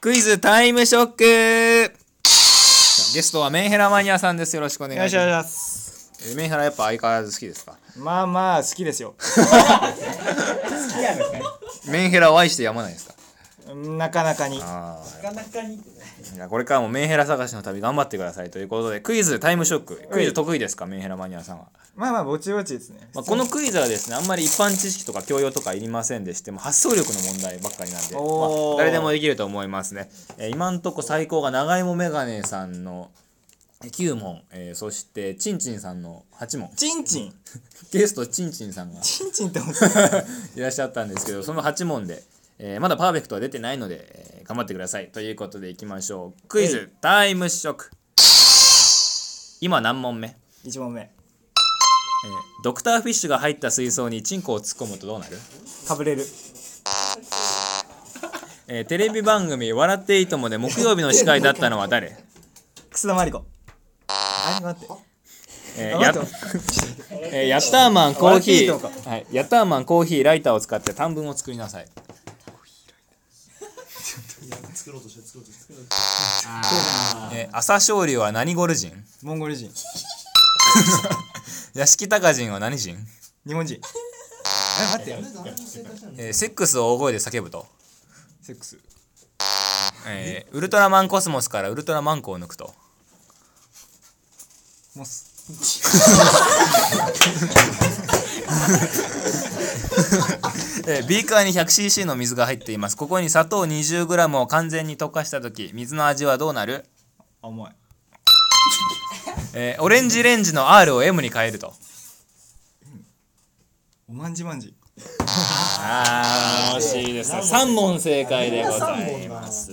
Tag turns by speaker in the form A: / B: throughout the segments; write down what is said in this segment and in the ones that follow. A: クイズタイムショックゲストはメンヘラマニアさんです。よろしくお願
B: よ
A: い
B: し
A: し
B: よし
A: ま
B: よし
A: す。えメンヘラやっぱ相変わらず好きですか
B: まあまあ好きで すよ
C: 好きなんですかね
A: メンヘラを愛してやまないですか
B: なかなかに
A: あ
C: なかなかに
A: あ。いやこれからもメンヘラ探しの旅頑張ってくださいということで、クイズタイムショック。クイズ得意ですかメンヘラマニアさんは。
B: まあまあぼちぼちですね、
A: まあ、このクイズはですね、あんまり一般知識とか教養とかいりませんでして、もう発想力の問題ばっかりなんで、ま
B: おー
A: あ誰でもできると思いますね。えー今んとこ最高が長芋メガネさんのえー9問、えーそしてちんちんさんの8問。
B: チンチン
A: ゲストちんちんさんが
B: チンチンって思っ
A: いらっしゃったんですけど、その8問で、えーまだパーフェクトは出てないので、えー頑張ってください。ということでいきましょう。クイズタイムショック。今何問目、え
B: 1問目
A: ードクターフィッシュが入った水槽にチンコを突っ込むとどうなる
B: かぶれる
A: えーテレビ番組「笑っていいとも」で木曜日の司会だったのは誰、
B: 楠田真理子あれ待って
A: え
B: あ
A: ーや
B: 待って
A: えーヤッターマンコーヒ
B: 笑っていいとも
A: ー、はい、ヤッターマンコーヒーライターを使って短文を作りなさいえー朝青龍は何ゴル人
B: モンゴル人
A: 屋敷隆人は何人、
B: 日本人あれ待って
A: えーセックスを大声で叫ぶと、
B: セックス
A: えーウルトラマンコスモスからウルトラマンコを抜くと
B: モス
A: えービーカーに 100cc の水が入っていますここに砂糖 20g を完全に溶かした時水の味はどうなる
B: 甘い
A: えーオレンジレンジの R を M に変えると
B: おまんじまんじ
A: あー惜しいですね3問正解でございます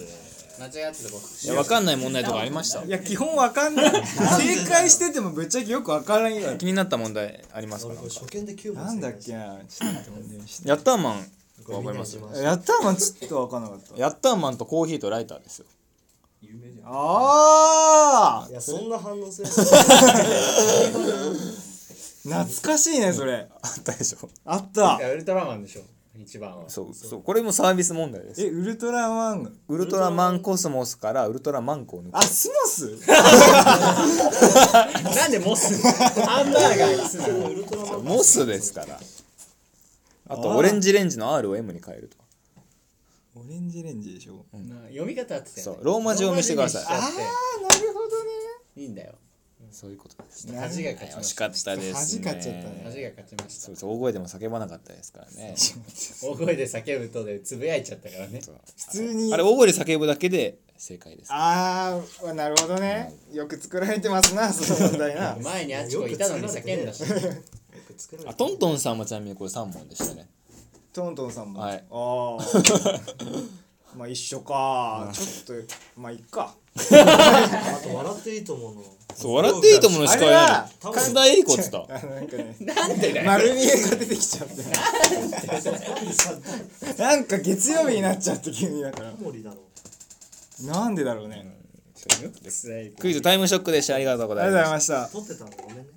C: 間違ってた僕
A: いや分かんない問題とかありました
B: いや基本わかんない正解しててもぶっちゃけよくわからんよ
A: 気になった問題ありますかなんか
C: 初見で9問
B: なんだっけなちょっと待って
A: ヤッターマンわかります
B: やったーまんちょっとわかんなかった
A: ヤッターマンとコーヒーとライターですよ
B: ああ
C: いやそんな反応する
B: 懐かしいねそれ
A: あったでしょ
B: あった
C: ウルトラマンでしょ一番は
A: そうそうこれもサービス問題で
B: えウルトラマン
A: ウルトラマンコスモスからウルトラマンコを抜く
B: あスモス
C: なんでモスハンバーガーにするのウルトラマン
A: モスですからあとオレンジレンジの R を M に変えると
B: オレンジレンジでしょあ
C: 読み方合ってたよ
A: そ
C: ね
A: うローマ字を見せてください
C: ローマ字にしちゃっ
B: あなるほどね
C: ていいんだよ
A: そういうことです
C: 恥が勝ちま
A: 惜し
C: し
A: かったですね
B: 恥かっちゃった
C: た
B: ね
C: 恥が勝ちまし
A: そうです大声でも叫ばなかったですから ね
C: た大声で叫ぶとでつぶやいちゃったからね
B: 普通に
A: あれ大声で叫ぶだけで正解です
B: ああなるほどねよく作られてますなその問題 な
C: 前にあちこいたのに叫んだし
A: あトントンさんもちなみにこれ3問でしたね
B: トントンさんも
A: はい
B: ああまあ一緒かちょっとまあいっか
D: あと笑っていいと思うの。
A: そう笑っていいと思うのしかやな
B: あ
A: い勝田絵理子っつった
B: あのなんかね
C: なんでだよ
B: 丸見えが出てきちゃってなんか月曜日になっちゃって急にだから
D: モリだろ
B: なんでだろうね
A: クイズタイムショックでしたありがとうご
B: あ
A: ざい
B: りがとう
A: ま
B: ご
A: し
B: ざい
A: た
B: ました
D: 撮ってたのごめんね。